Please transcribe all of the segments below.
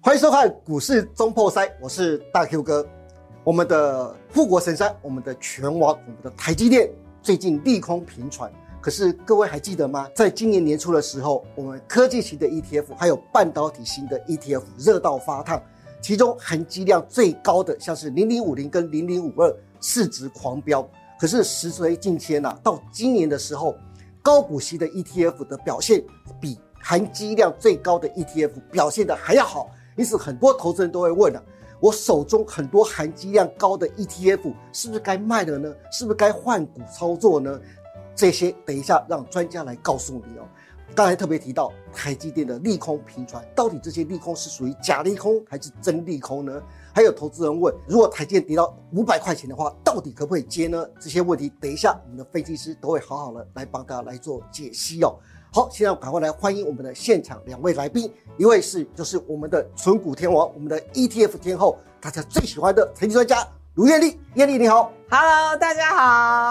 欢迎收看股市中破塞，我是大 Q 哥。我们的护国神山，我们的拳王，我们的台积电，最近利空频传。可是各位还记得吗？在今年年初的时候，我们科技型的 ETF 还有半导体型的 ETF 热到发烫，其中含金量最高的像是零零五零跟零零五二，市值狂飙。可是时随境迁呐、啊，到今年的时候，高股息的 ETF 的表现比含金量最高的 ETF 表现的还要好。因此，很多投资人都会问了、啊：我手中很多含金量高的 ETF 是不是该卖了呢？是不是该换股操作呢？这些等一下让专家来告诉你哦。刚才特别提到台积电的利空频传，到底这些利空是属于假利空还是真利空呢？还有投资人问，如果台积电跌到五百块钱的话，到底可不可以接呢？这些问题等一下我们的分析师都会好好的来帮大家来做解析哦。好，现在赶快来欢迎我们的现场两位来宾，一位是就是我们的纯股天王，我们的 ETF 天后，大家最喜欢的财经专家卢艳丽，艳丽你好。 Hello，大家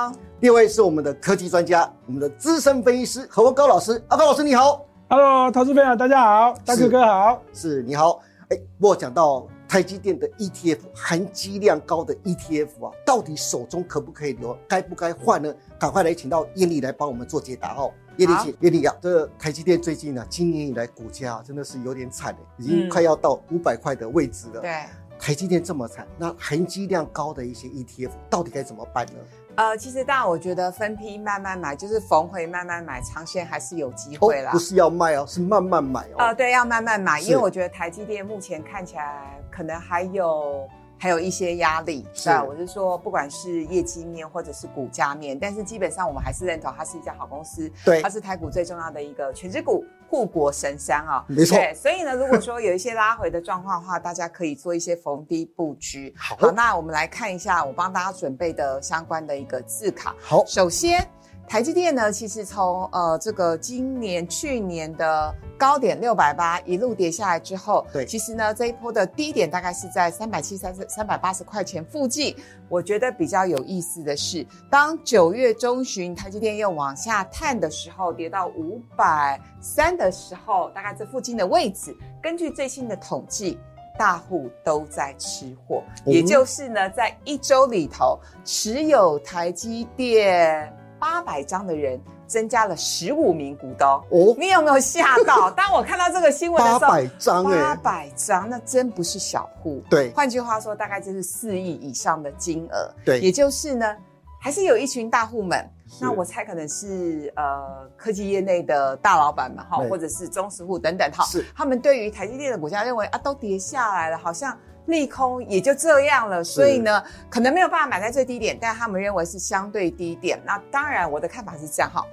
好。另外是我们的科技专家，我们的资深分析师何文高老师，阿高老师你好。 Hello，投资朋友大家好，大 Q 哥好，是你好。哎，我讲到台积电的 ETF，含金量高的 ETF 啊，到底手中可不可以留，该不该换呢？赶快来请到艳丽来帮我们做解答哦。叶丽姐，叶丽啊，这个台积电最近啊，今年以来股价、啊、真的是有点惨、欸、已经快要到五百块的位置了。嗯对，台积电这么惨，那含金量高的一些 ETF 到底该怎么办呢？呃，其实当然，我觉得分批慢慢买，就是逢回慢慢买，长线还是有机会啦。不是要卖哦，是慢慢买哦。呃，对，要慢慢买，是因为我觉得台积电目前看起来可能还有还有一些压力。是对啊，我是说，不管是业绩面或者是股价面，但是基本上我们还是认同它是一家好公司，对它，是台股最重要的一个全职股护国神山啊、没错，对，所以呢，如果说有一些拉回的状况的话，大家可以做一些逢低布局。好好，那我们来看一下我帮大家准备的相关的一个字卡。好，首先，台积电呢，其实从呃这个今年去年的高点六百八一路跌下来之后，对其实呢这一波的低点大概是在三百七、三三百八十块钱附近。我觉得比较有意思的是，当九月中旬台积电又往下探的时候，跌到五百三的时候，大概这附近的位置，根据最新的统计。大户都在吃货，嗯也就是呢，在一周里头，持有台积电八百张的人增加了十五名股东。哦，你有没有吓 到？当我看到这个新闻的八时候，百张八哎，百张，那真不是小户。对换句话说，大概就是四亿以上的金额。也对，就是呢，还是有一群大户们。是那我猜可能是呃科技业内的大老板们哈对，或者是中实户等等哈是，他们对于台积电的股价认为啊都跌下来了，好像利空也就这样了，所以呢可能没有办法买在最低点，但他们认为是相对低点。那当然我的看法是这样哈。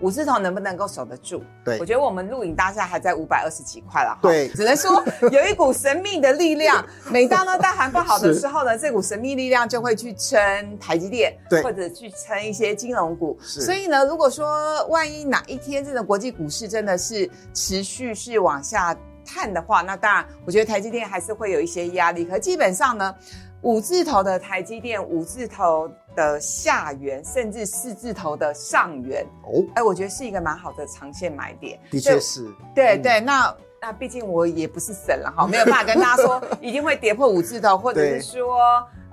五字头能不能够守得住？对我觉得我们录影当下还在五百二十几块了哈，对只能说有一股神秘的 力量，每当呢大盘不好的时候呢，这股神秘力量就会去撑台积电，对或者去撑一些金融股。是所以呢，如果说万一哪一天真的国际股市真的是持续是往下探的话，那当然，我觉得台积电还是会有一些压力。可基本上呢，五字头的台积电，五字头的下缘，甚至四字头的上缘，哦，哎，我觉得是一个蛮好的长线买点。的所以确是，对嗯对，那那毕竟我也不是神了哈，没有办法跟大家 说一定会跌破五字头，或者对是说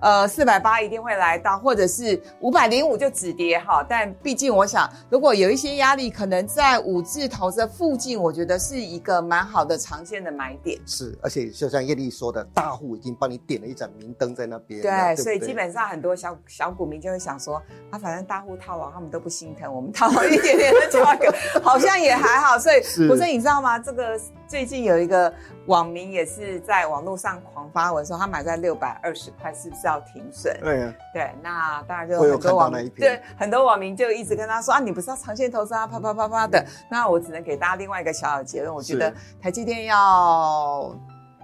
呃四百八一定会来到，或者是五百零五就止跌哈。但毕竟我想，如果有一些压力，可能在五字头这附近，我觉得是一个蛮好的长线的买点。是，而且就像叶丽说的，大户已经帮你点了一盏明灯在那边了，对，不所以基本上很多小小股民就会想说，啊，反正大户套牢，他们都不心疼，我们套牢一点点的价格，好像也还好。所以是，国生，你知道吗？这个最近有一个网民也是在网络上狂发文说，他买在六百二十块，是不是要停损？对啊，对，那当然就我有很多网看到那一民篇对很多网民就一直跟他说啊，你不是要长线投资啊，啪啪啪啪的。那我只能给大家另外一个小小结论，我觉得嗯是台积电要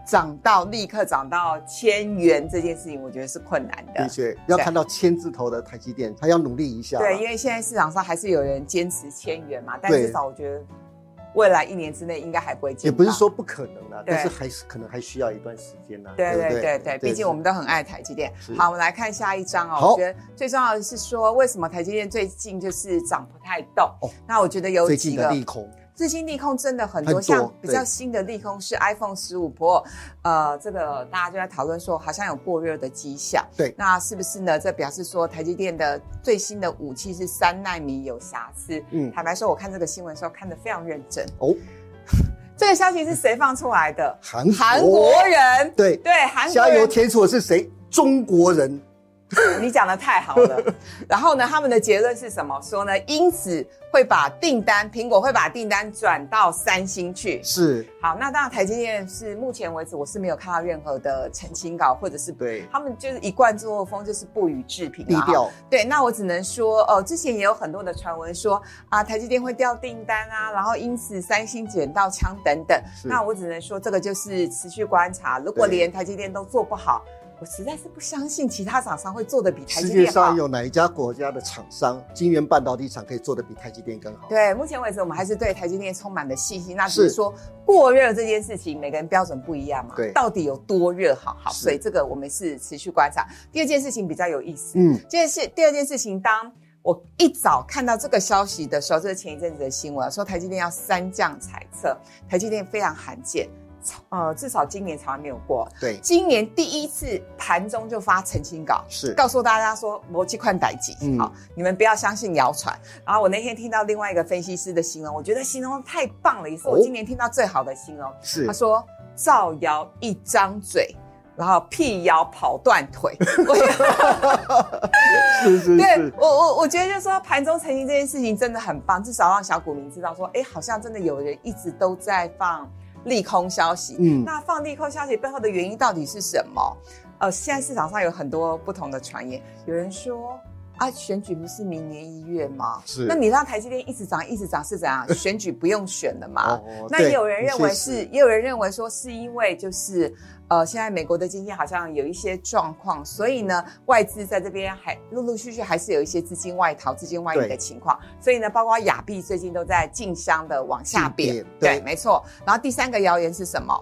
涨到立刻涨到千元这件事情，我觉得是困难的的。确要看到千字头的台积电，他要努力一下啦，啊对，因为现在市场上还是有人坚持千元嘛，但对至少我觉得未来一年之内应该还不会见也到。不是说不可能啦，对但是还是可能还需要一段时间啦，对不对对对，毕竟我们们都很爱台积电是。好，我们来看下一章好哦。我觉得最重要的是说，为什么台积电最近就是涨不太动哦？那我觉得有最几近个的利空，最新利空真的很很多多，像比较对新的利空是 iPhone 十五 Pro，呃，这个大家就在讨论说好像有过热的迹象。对那是不是呢？这表示说台积电的最新的武器是三纳米有瑕疵。嗯，坦白说，我看这个新闻的时候看得非常认真。哦，这个消息是谁放出来 的？韩韩国人。对，对，韩国加油人添醋的是谁？中国人。你讲的太好了。然后呢，他们的结论是什么？说呢，因此会把订单，苹果会把订单转到三星去。是，好，那当然，台积电是目前为止我是没有看到任何的澄清稿，或者是对他们就是一贯作风，就是不予置评、啊，低调。对，那我只能说，呃，之前也有很多的传闻说啊，台积电会掉订单啊，然后因此三星捡到枪等等。是那我只能说，这个就是持续观察。如果对连台积电都做不好，我实在是不相信其他厂商会做的比台世积界电好上。有哪一家国家的厂商晶圆半导体厂可以做得比台积电更好？对，目前为止我们还是对台积电充满了信心。那只是是说过热这件事情，每个人标准不一样嘛，对到底有多热？好好，是所以这个我们是持续观察。第二件事情比较有意思，嗯，这件事，第二件事情，当我一早看到这个消息的时候，这是前一阵子的新闻，说台积电要三降彩测，台积电非常罕见，呃，至少今年从来没有过。对，今年第一次盘中就发澄清稿，是，告诉大家说魔气款逮几，嗯好，你们不要相信谣传。然后我那天听到另外一个分析师的形容，我觉得形容太棒了，也是我哦今年听到最好的形容。是他，说造谣一张嘴，然后辟谣跑断腿。我是是对是，我我我觉得就是说盘中澄清这件事情真的很棒，至少让小股民知道说，哎，好像真的有人一直都在放利空消息。嗯，那放利空消息背后的原因到底是什么？呃，现在市场上有很多不同的传言，有人说啊，选举不是明年一月吗？是那你让台积电一直涨一直涨是怎 样？选举不用选了吗？哦啊那对也有人认确为实是，也有人认为说是因为就是呃，现在美国的经济好像有一些状况，所以呢，外资在这边还陆陆续续还是有一些资金外逃、资金外移的对情况，所以呢，包括亚币最近都在竞相的往下贬竞贬，对没错。然后第三个谣言是什么？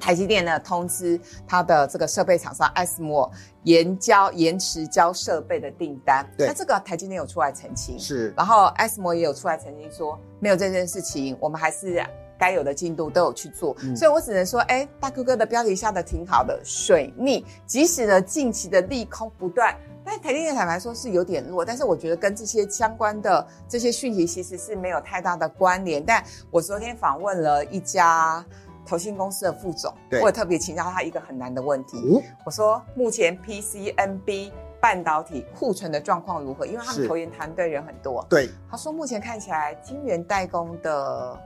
台积电呢通知它的这个设备厂商艾斯摩延交延迟交设备的订单，对那这个台积电有出来澄清，是然后艾斯摩也有出来澄清说，没有这件事情，我们还是该有的进度都有去做。嗯所以我只能说，哎，大 Q 哥的标题下的挺好的，水逆。即使呢近期的利空不断，但台积电坦白说是有点弱，但是我觉得跟这些相关的这些讯息其实是没有太大的关联。但我昨天访问了一家。投信公司的副总，我对有特别请教他一个很难的问题。哦，我说目前 PCNB 半导体库存的状况如何？因为他们是投研团队人很多。对，他说目前看起来晶圆代工的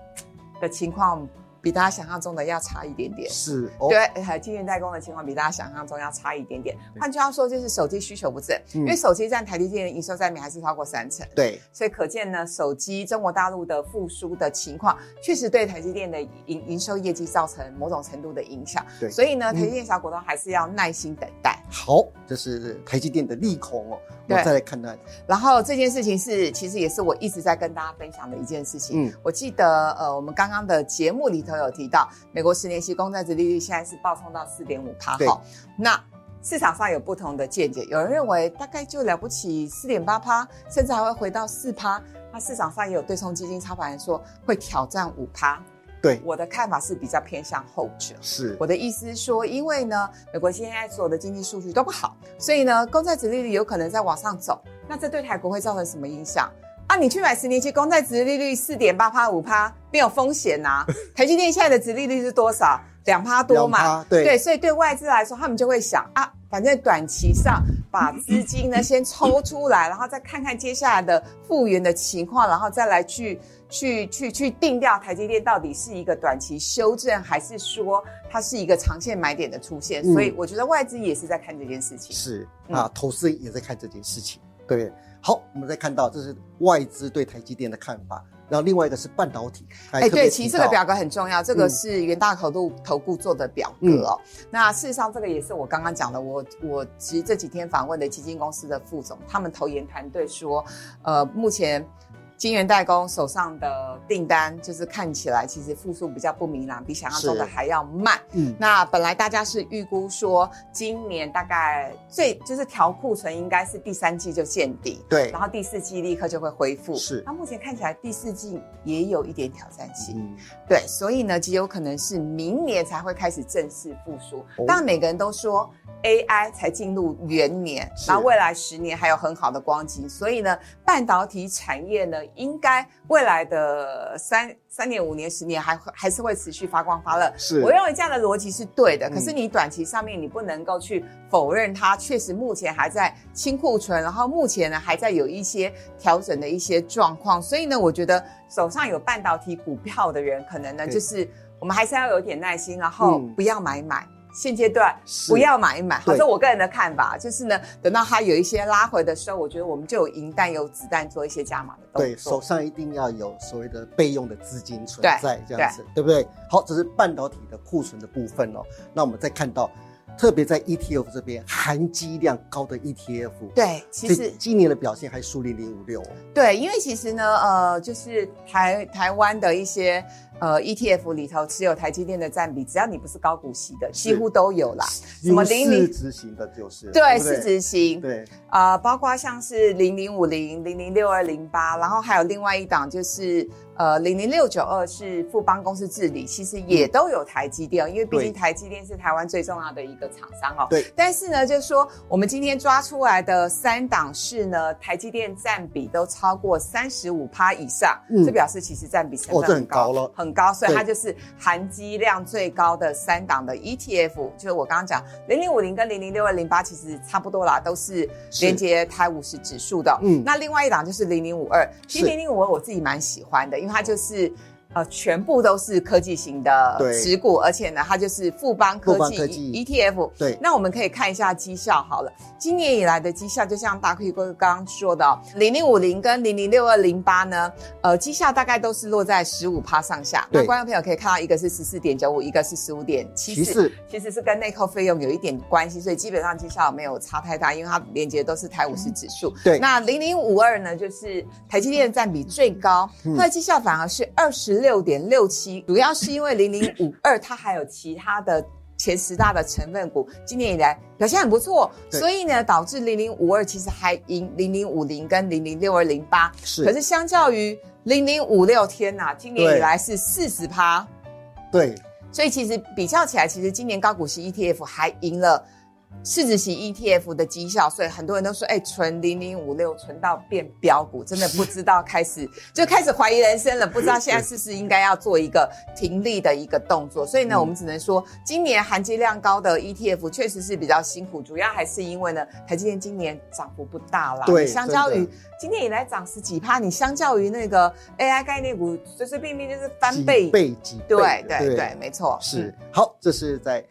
的情况比大家想象中的要差一点点。是，哦，对，呃，晶圆代工的情况比大家想象中要差一点点。换句话说，就是手机需求不振，嗯因为手机占台积电的营收占比还是超过三成，对，所以可见呢，手机中国大陆的复苏的情况，确实对台积电的营营收业绩造成某种程度的影响。对嗯所以呢，台积电小股东还是要耐心等待。好，这是台积电的利空哦。我对再来看看，然后这件事情是，其实也是我一直在跟大家分享的一件事情。嗯，我记得，呃，我们刚刚的节目里头有提到，美国十年期公债值利率现在是暴冲到四点五帕对哈。那市场上有不同的见解，有人认为大概就了不起四点八趴，甚至还会回到四趴。那市场上也有对冲基金操盘人说会挑战五趴。对，我的看法是比较偏向后者。是我的意思是说，因为呢，美国现在所有的经济数据都不好，所以呢，公债值利率有可能在往上走。那这对台股会造成什么影响？啊，你去买十年期公债值利率四点八趴、五趴，没有风险呐、台积电现在的值利率是多少？两趴多嘛？ 2%对所以对外资来说，他们就会想啊，反正短期上把资金呢先抽出来，然后再看看接下来的复原的情况，然后再来去去去去定掉台积电到底是一个短期修正，还是说它是一个长线买点的出现。嗯所以我觉得外资也是在看这件事情。是嗯啊，投资人也在看这件事情，对不对？好，我们再看到这是外资对台积电的看法，然后另外一个是半导体，哎哎，对，其实这个表格格很重要，这个嗯是元大投度投顾做的表格哦。那事实上，这个也是我刚刚讲的，我我其实这几天访问的基金公司的副总，他们投研团队说，呃，目前。金源代工手上的订单就是看起来其实复苏比较不明朗，比想象中的是还要慢。嗯，那本来大家是预估说今年大概最就是调库存应该是第三季就见底，对然，后第四季立刻就会恢复。是那目前看起来第四季也有一点挑战性，嗯对，所以呢极有可能是明年才会开始正式复苏哦。当然每个人都说 AI 才进入元年，是然后未来十年还有很好的光景，所以呢半导体产业呢应该未来的三三年、五年、十年还会还是会持续发光发热。是我认为这样的逻辑是对的，嗯可是你短期上面你不能够去否认它确实目前还在清库存，然后目前呢还在有一些调整的一些状况，所以呢，我觉得手上有半导体股票的人，可能呢对就是我们还是要有点耐心，然后嗯不要买买。现阶段是不要买买，对好，这我个人的看法就是呢，等到它有一些拉回的时候，我觉得我们就有银弹有子弹做一些加码的动作。对，手上一定要有所谓的备用的资金存在，这对样子，对不对？好，这是半导体的库存的部分哦。那我们再看到，特别在 ETF 这边，含积量高的 E ETF，，对，其实今年的表现还输零零五六，对，因为其实呢，呃，就是台台湾的一些呃 ETF 里头持有台积电的占比，只要你不是高股息的，是几乎都有啦。什么零市零值型的就是，对，不市值型，对，啊、包括像是零零五零、零零六二零八，然后还有另外一档就是呃零零六九二是富邦公司治理，其实也都有台积电，因为嗯毕对竟台积电是台湾最重要的一个厂商哦。对。但是呢，就是说我们今天抓出来的三档是呢，台积电占比都超过三十五趴以上，嗯这表示其实占比成哦分这很很高,、高了很高，所以对它就是含积量最高的三档的 ETF，就是我刚刚讲零零五零跟零零六二零八其实差不多啦，都是是连接台五十指数的。嗯那另外一档就是零零五二，其实是零零五二我自己蛮喜欢的，因为它就是。呃，全部都是科技型的对持股，而且呢，它就是富邦科富邦技 E 科技 ETF，对，那我们可以看一下绩效好了，今年以来的绩效，就像大 Q 哥刚刚说的、哦，零零五零跟零零六二零八呢，呃，绩效大概都是落在十五趴上下。对那观众朋友可以看到，一个是十四点九五，一个是十五点七其四。实其实是跟内扣费用有一点关系，所以基本上绩效没有差太大，因为它连接都是台五十指数。嗯对那零零五二呢，就是台积电的占比最高，嗯它的绩效反而是二十六点六七，主要是因为零零五二它还有其他的。前十大的成分股今年以来表现很不错，对所以呢，导致零零五二其实还赢零零五零跟零零六二零八，是，可是相较于零零五六，天呐，今年对以来是四十趴，对，所以其实比较起来，其实今年高股息 ETF 还赢了市值型 ETF 的绩效，所以很多人都说，哎、存零零五六存到变标股，真的不知道开始就开始怀疑人生了，不知道现在是不是应该要做一个停利的一个动作。所以呢，嗯我们只能说，今年含金量高的 ETF 确实是比较辛苦，主要还是因为呢，台积电今年涨幅不大啦，对你相较真于的今年以来涨十几趴，你相较于那个 AI 概念股随随便便就是翻倍几。倍几倍，对对对，没错，嗯是 好，这是在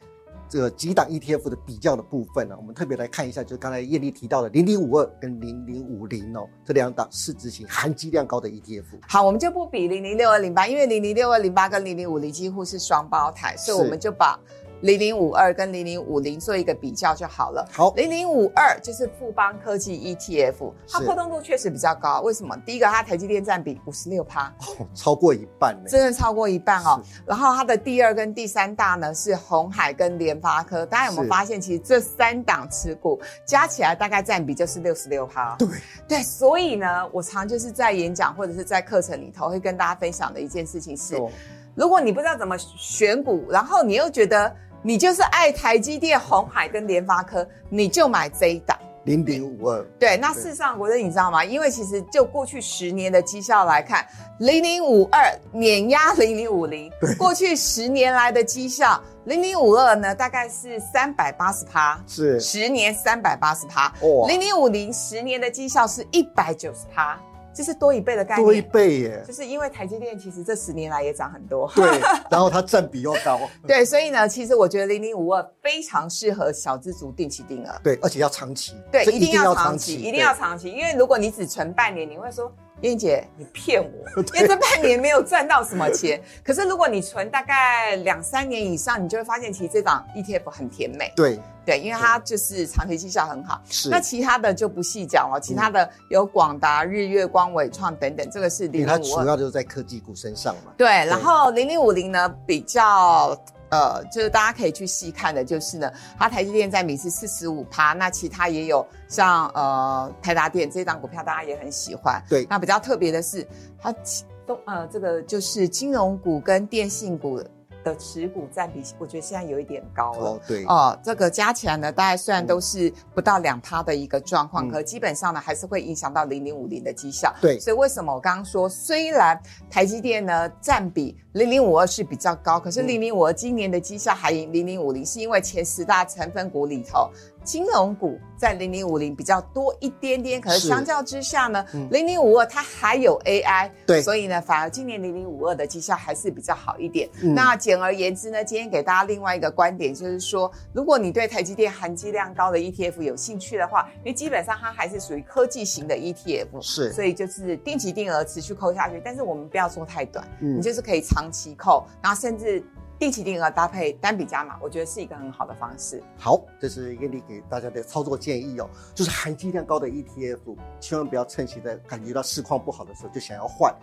这个几档 ETF 的比较的部分啊呢、我们特别来看一下，就是刚才叶丽提到的零零五二跟零零五零哦，这两档市值型含积量高的 E ETF。好，我们就不比零零六二零八，因为零零六二零八跟零零五零几乎是双胞胎，所以是我们就把零零五二跟零零五零做一个比较就好了。好，零零五二就是富邦科技 ETF，它是波动度确实比较高。为什么？第一个，它台积电占比五十六趴，哦超过一半呢。真的超过一半哦。然后它的第二跟第三大呢是红海跟联发科。大家有没是有发现，其实这三档持股加起来大概占比就是六十六趴。哦对对，所以呢，我常就是在演讲或者是在课程里头会跟大家分享的一件事情是，哦如果你不知道怎么选股，然后你又觉得你就是爱台积电、红海跟联发科，你就买这一档。零零五二对，那对事实上，国珍你知道吗？因为其实就过去十年的绩效来看，零零五二碾压零零五零，过去十年来的绩效，零零五二呢大概是三百八十趴，是十年三百八十趴，哇，零零五零十年的绩效是一百九十趴，这是多一倍的概多一念。倍耶就。是因为台积电其实这十年来也涨很多，对， 然后它占比又高，对，所以呢，其实我觉得零零五二非常适合小资族定期定额。对，而且要长期，对，这一定要长长期，一定要对长期，因为如果你只存半年，你会说燕姐，你骗我，因为这半年没有赚到什么钱。可是如果你存大概两三年以上，你就会发现其实这档 ETF 很甜美，对，对，因为它就是长期绩效很好。是。那其他的就不细讲了，其他的有广达、日月光、伟创等等，这个是因为零它零五主二。要就是在科技股身上嘛。对，然后零零五零呢比较。呃，就是大家可以去细看的，就是呢，它台积电在米是四十五趴，那其他也有像呃台达电这档股票，大家也很喜欢。对那比较特别的是，它其都呃这个就是金融股跟电信股的持股占比，我觉得现在有一点高了。哦，对，哦，这个加起来呢，大概虽然都是不到两趴的一个状况，嗯可基本上呢还是会影响到零零五零的绩效。对所以为什么我刚刚说，虽然台积电呢占比零零五二是比较高，可是嗯零零五二今年的绩效还赢零零五零，是因为前十大成分股里头。金融股在零零五零比较多一点点，可是是相较之下呢嗯，零零五二它还有 AI，对所以呢，反而今年零零五二的绩效还是比较好一点。嗯那简而言之呢，今天给大家另外一个观点，就是说，如果你对台积电含积量高的 ETF 有兴趣的话，因为基本上它还是属于科技型的 E ETF，是所以就是定期定额持续扣下去，但是我们不要做太短，你嗯，就是可以长期扣，然后甚至定期定额搭配单笔加码，我觉得是一个很好的方式。好，这是艳丽给大家的操作建议哦，就是含金量高的 ETF，千万不要趁现在感觉到市况不好的时候就想要换。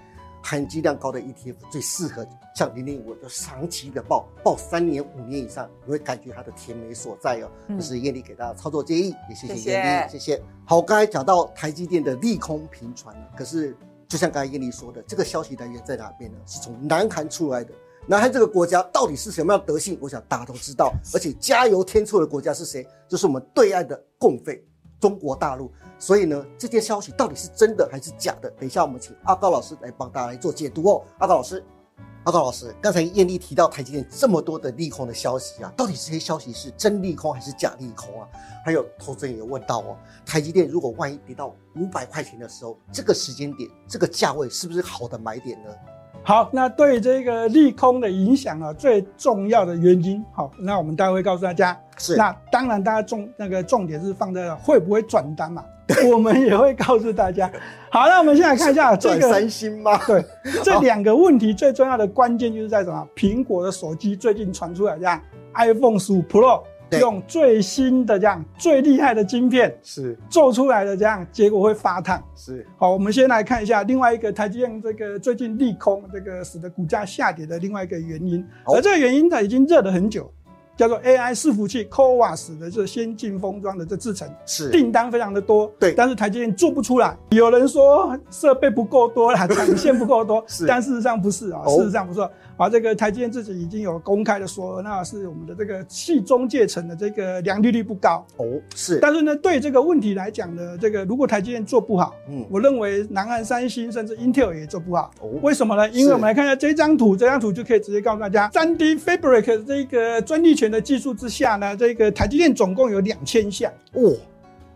含金量高的 ETF 最适合像零零五，就长期的报，报三年、五年以上，你会感觉它的甜美所在哦。嗯这是艳丽给大家操作建议，也谢谢谢谢艳丽，谢谢。好，刚才讲到台积电的利空频传，啊可是就像刚才艳丽说的，这个消息来源在哪边呢？是从南韩出来的。南韩这个国家到底是什么样的德性？我想大家都知道。而且加油添醋的国家是谁？就是我们对岸的共匪中国大陆。所以呢，这件消息到底是真的还是假的？等一下我们请阿高老师来帮大家来做解读哦。阿高老师，阿高老师，刚才艳丽提到台积电这么多的利空的消息啊，到底这些消息是真利空还是假利空啊？还有投资人也问到哦，台积电如果万一跌到五百块钱的时候，这个时间点、这个价位是不是好的买点呢？好，那对这个利空的影响啊，最重要的原因，好，那我们待会告诉大家。是那当然，大家重那个重点是放在会不会转单嘛，我们也会告诉大家。好，那我们现在看一下这转个三星吗？ 对，这两个问题最重要的关键就是在什么？苹果的手机最近传出来这样，iPhone 十五 Pro 对用最新的这样最厉害的晶片是做出来的这样，结果会发烫。是，好，我们先来看一下另外一个台积电这个最近利空，这个使得股价下跌的另外一个原因，好而这个原因它已经热了很久，叫做 AI 伺服器 CoWAS 的这先进封装的这制程。是订单非常的多，对但是台积电做不出来。有人说设备不够多啦，产线不够多 是，但事实上不是啊，哦事实上不是啊。啊，这个台积电自己已经有公开的说，那是我们的这个系中介层的这个良率率不高。哦，是，但是呢，对这个问题来讲呢，这个如果台积电做不好，嗯，我认为南韩三星甚至 Intel 也做不好。哦，为什么呢？因是为我们来看一下这张图，这张图就可以直接告诉大家，3 D Fabric 这个专利权的技术之下呢，这个台积电总共有两千项。哦，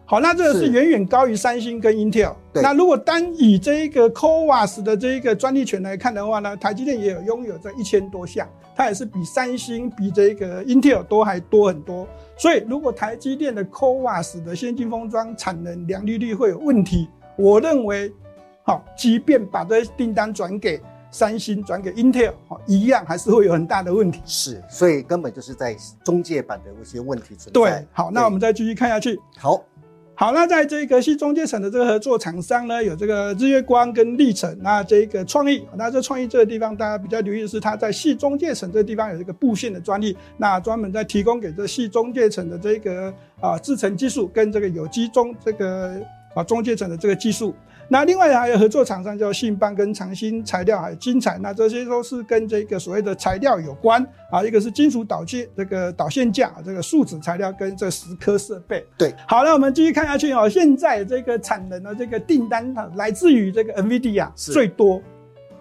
好，那这个是是远远高于三星跟 Intel。对那如果单以这个 CoWAS 的这一个专利权来看的话呢，台积电也有拥有这一千多项，它也是比三星、比这个 Intel 都还多很多。所以，如果台积电的 CoWAS 的先进封装产能良率率会有问题，我认为，好，即便把这订单转给三星、转给 Intel，好，一样还是会有很大的问题。是，所以根本就是在中介版的一些问题存在。对，好，那对我们再继续看下去。好，好，那在这个西中介省的这个合作厂商呢，有这个日月光跟历程，那这个创意，那这创意这个地方大家比较留意的是，它在系中介省这个地方有这个布线的专利，那专门在提供给这系中介省的这个啊、制程技术跟这个有机中这个啊中介层的这个技术。那另外还有合作厂商叫信邦跟长兴材料，还有金材，那这些都是跟这个所谓的材料有关啊，一个是金属导线这个导线架，这个树脂材料跟这石刻设备。对，好，那我们继续看下去哦。现在这个产能的这个订单啊来自于这个 NVIDIA 是最多。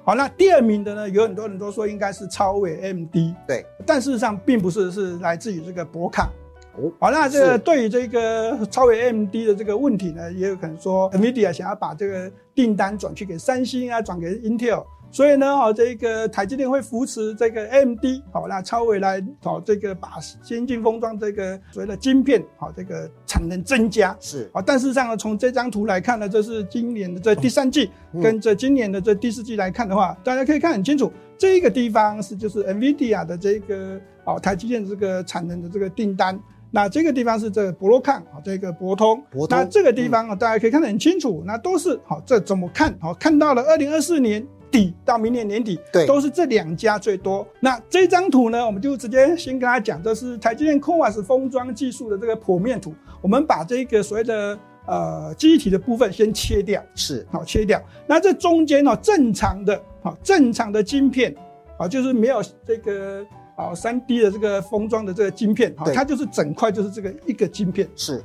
好，那第二名的呢，有很多人都说应该是超伟 AMD，对，但事实上并不是，是来自于这个博卡。哦，好，那这个是对于这个超越 AMD 的这个问题呢，也有可能说 NVIDIA 想要把这个订单转去给三星啊，转给 Intel。所以呢，哦，这个台积电会扶持这个 AMD，好、那超微来哦，这个把先进封装这个所谓的晶片，好、这个产能增加。是啊，但事实上呢，从这张图来看呢，这是今年的这第三季嗯跟这今年的这第四季来看的话，大家可以看很清楚，这个地方是就是 NVIDIA 的这个哦台积电这个产能的这个订单。那这个地方是这个博洛康啊，这个博通，博通嗯那这个地方啊，大家可以看得很清楚，那都是好、这怎么看？好、看到了二零二四年底到明年年底，对都是这两家最多。那这张图呢，我们就直接先跟大家讲，这是台积电 CoWAS 封装技术的这个剖面图。我们把这个所谓的呃记忆体的部分先切掉，是好、切掉。那这中间呢、正常的，好、正常的晶片，啊、就是没有这个啊三 D 的这个封装的这个晶片，好、对它就是整块就是这个一个晶片。是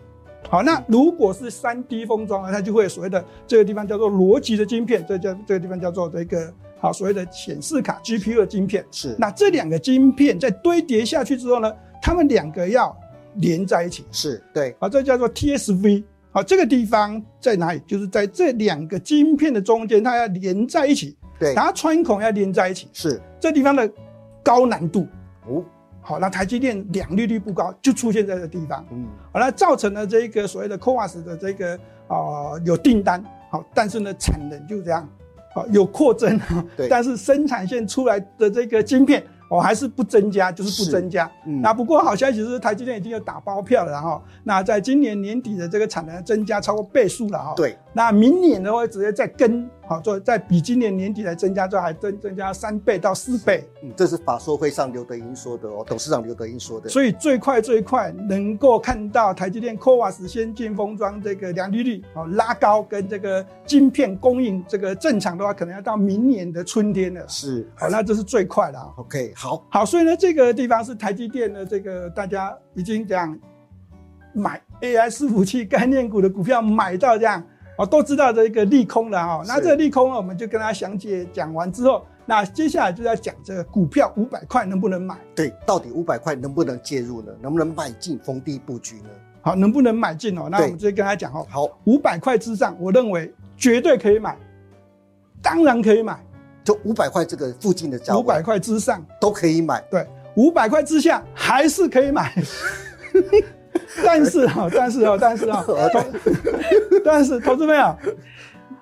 好，那如果是三 D 封装呢，啊它就会有所谓的这个地方叫做逻辑的晶片，这叫这个地方叫做这个好所谓的显示卡 GPU 的晶片。是那这两个晶片在堆叠下去之后呢，它们两个要连在一起，是对好，这叫做 TSV。好，这个地方在哪里？就是在这两个晶片的中间，它要连在一起，对然后穿孔要连在一起。是这地方的高难度，哦好，那台积电良率率不高，就出现在这地方。嗯好了，造成了这个所谓的 CoWAS 的这个啊、呃有订单，好，但是呢产能就这样，好、有扩增，对但是生产线出来的这个晶片哦还是不增加，就是不是增加。嗯那不过好消息是，台积电已经有打包票了，然后那在今年年底的这个产能增加超过倍数了哈。对那明年呢会直接再跟好做，再比今年年底来增加，之后还增增加三倍到四倍。嗯，这是法说会上刘德英说的哦，董事长刘德英说的。所以最快最快能够看到台积电 CoWAS 先进封装这个良率率哦拉高，跟这个晶片供应这个正常的话，可能要到明年的春天了。是好、那这是最快的啊。 OK 好好，所以呢，这个地方是台积电的这个大家已经这样买 AI 伺服器概念股的股票买到这样哦，都知道这个利空了哈、哦。是那这个利空呢，我们就跟大家详解讲完之后，那接下来就要讲这个股票五百块能不能买。对，到底五百块能不能介入呢？能不能迈进逢低布局呢？好，能不能买进哦？那对我们直接跟他讲哦，好，五百块之上，我认为绝对可以买，当然可以买。就五百块这个附近的价五百位块之上，都可以买。对，五百块之下还是可 以买。但是哈、哦，但是哦，但是 哦，投但是投资朋友，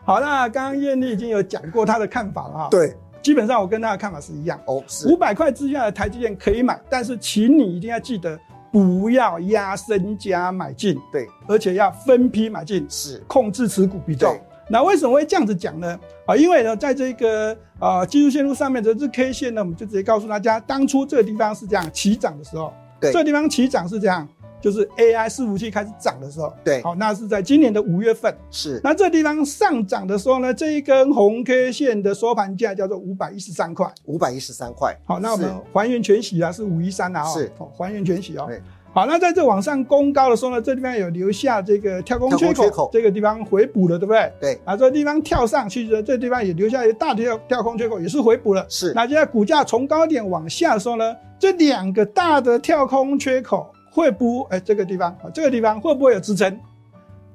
好，那刚刚艳丽已经有讲过她的看法了哈、，对，基本上我跟她的看法是一样。哦五是百块之下的台积电可以买，但是请你一定要记得不要压身家买进，对而且要分批买进。是控制持股比重对。那为什么会这样子讲呢？啊，因为呢，在这个呃技术线路上面的这 K 线呢，我们就直接告诉大家，当初这个地方是这样起涨的时候，对这个地方起涨是这样，就是 AI 伺服器开始涨的时候，对好，那是在今年的五月份。是那这地方上涨的时候呢，这一根红 K 线的收盘价叫做五百一十三块。五百一十三块。好，那我们是还原全息啊，是五一三啊、哦，是哦还原全息哦对。好，那在这往上攻高的时候呢，这地方有留下这个跳空跳缺口，空缺口这个地方回补了，对不对？对啊，这地方跳上去的，这地方也留下一个大跳跳空缺口，也是回补了。是那现在股价从高点往下的时候呢，这两个大的跳空缺口会不？哎、这个地方，啊这个地方会不会有支撑？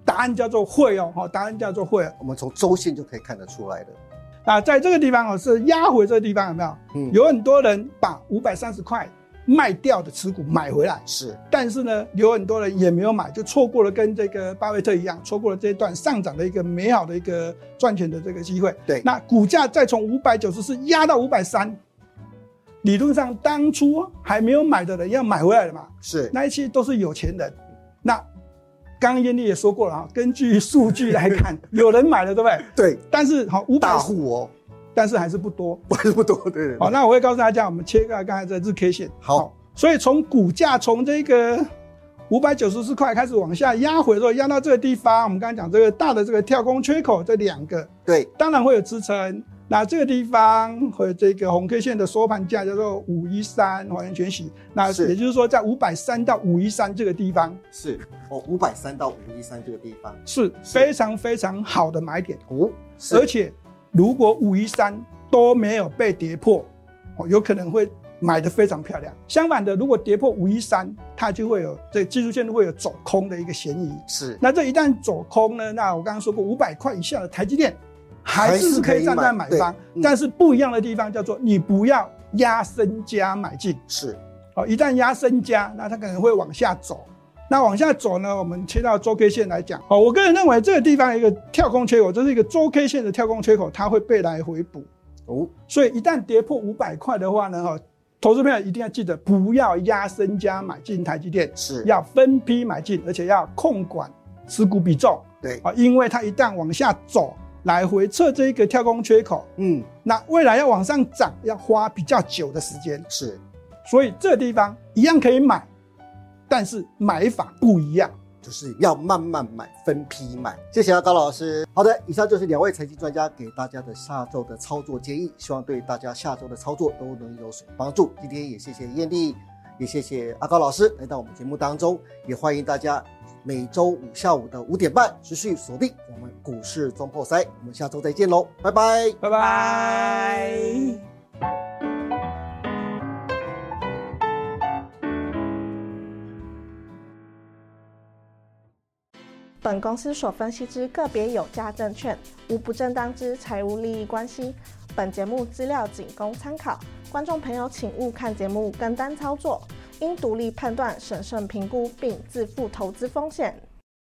答案叫做会哦，好，答案叫做会哦。我们从周线就可以看得出来的。啊，在这个地方哦，是压回这个地方有没有？嗯，有很多人把五百三十块卖掉的持股买回来，是但是呢，有很多人也没有买，就错过了跟这个巴菲特一样，错过了这一段上涨的一个美好的一个赚钱的这个机会。对那股价再从五百九十四压到五百三，理论上当初哦还没有买的人要买回来了嘛？是那一些都是有钱人。那刚刚燕丽也说过了啊，根据数据来 看，有人买了，对不对？对但是好五百大户哦，但是还是不多。不是不多对 对对好，那我会告诉大家，我们切个刚才的日 K 线。好所以从股价从这个五百九十四块开始往下压回的时候，压到这个地方，我们刚才讲这个大的这个跳空缺口，这两个对当然会有支撑。那这个地方和这个红 K 线的收盘价叫做五一三还原全息，那是也就是说在五百三到五一三这个地方是哦，五百三到五一三这个地方是非常非常好的买点。哦，而是且如果五一三都没有被跌破，哦，有可能会买得非常漂亮。相反的，如果跌破五一三，它就会有这技术线路会有走空的一个嫌疑。是那这一旦走空呢，那我刚刚说过，五百块以下的台积电还是可以站在买还是可以买方对嗯，但是不一样的地方叫做你不要压身家买进。是哦，一旦压身家，那它可能会往下走。那往下走呢，我们切到周 K 线来讲，哦，我个人认为这个地方有一个跳空缺口，这是一个周 K 线的跳空缺口，它会被来回补。哦，所以一旦跌破五百块的话呢，哈、哦，投资朋友一定要记得不要压身家买进台积电，是要分批买进，而且要控管持股比重对，啊、哦因为它一旦往下走，来回测这一个跳空缺口，嗯，那未来要往上涨要花比较久的时间。是所以这地方一样可以买，但是买法不一样。就是要慢慢买，分批买。谢谢啊，高老师。好的，以上就是两位财经专家给大家的下周的操作建议，希望对大家下周的操作都能有所帮助。今天也谢谢艳丽，也谢谢阿高老师来到我们节目当中，也欢迎大家每周五下午的五点半持续锁定我们股市中破塞，我们下周再见喽，拜拜。拜拜。拜。本公司所分析之个别有价证券，无不正当之财务利益关系。本节目资料仅供参考，观众朋友请勿看节目跟单操作，应独立判断、审慎评估并自负投资风险。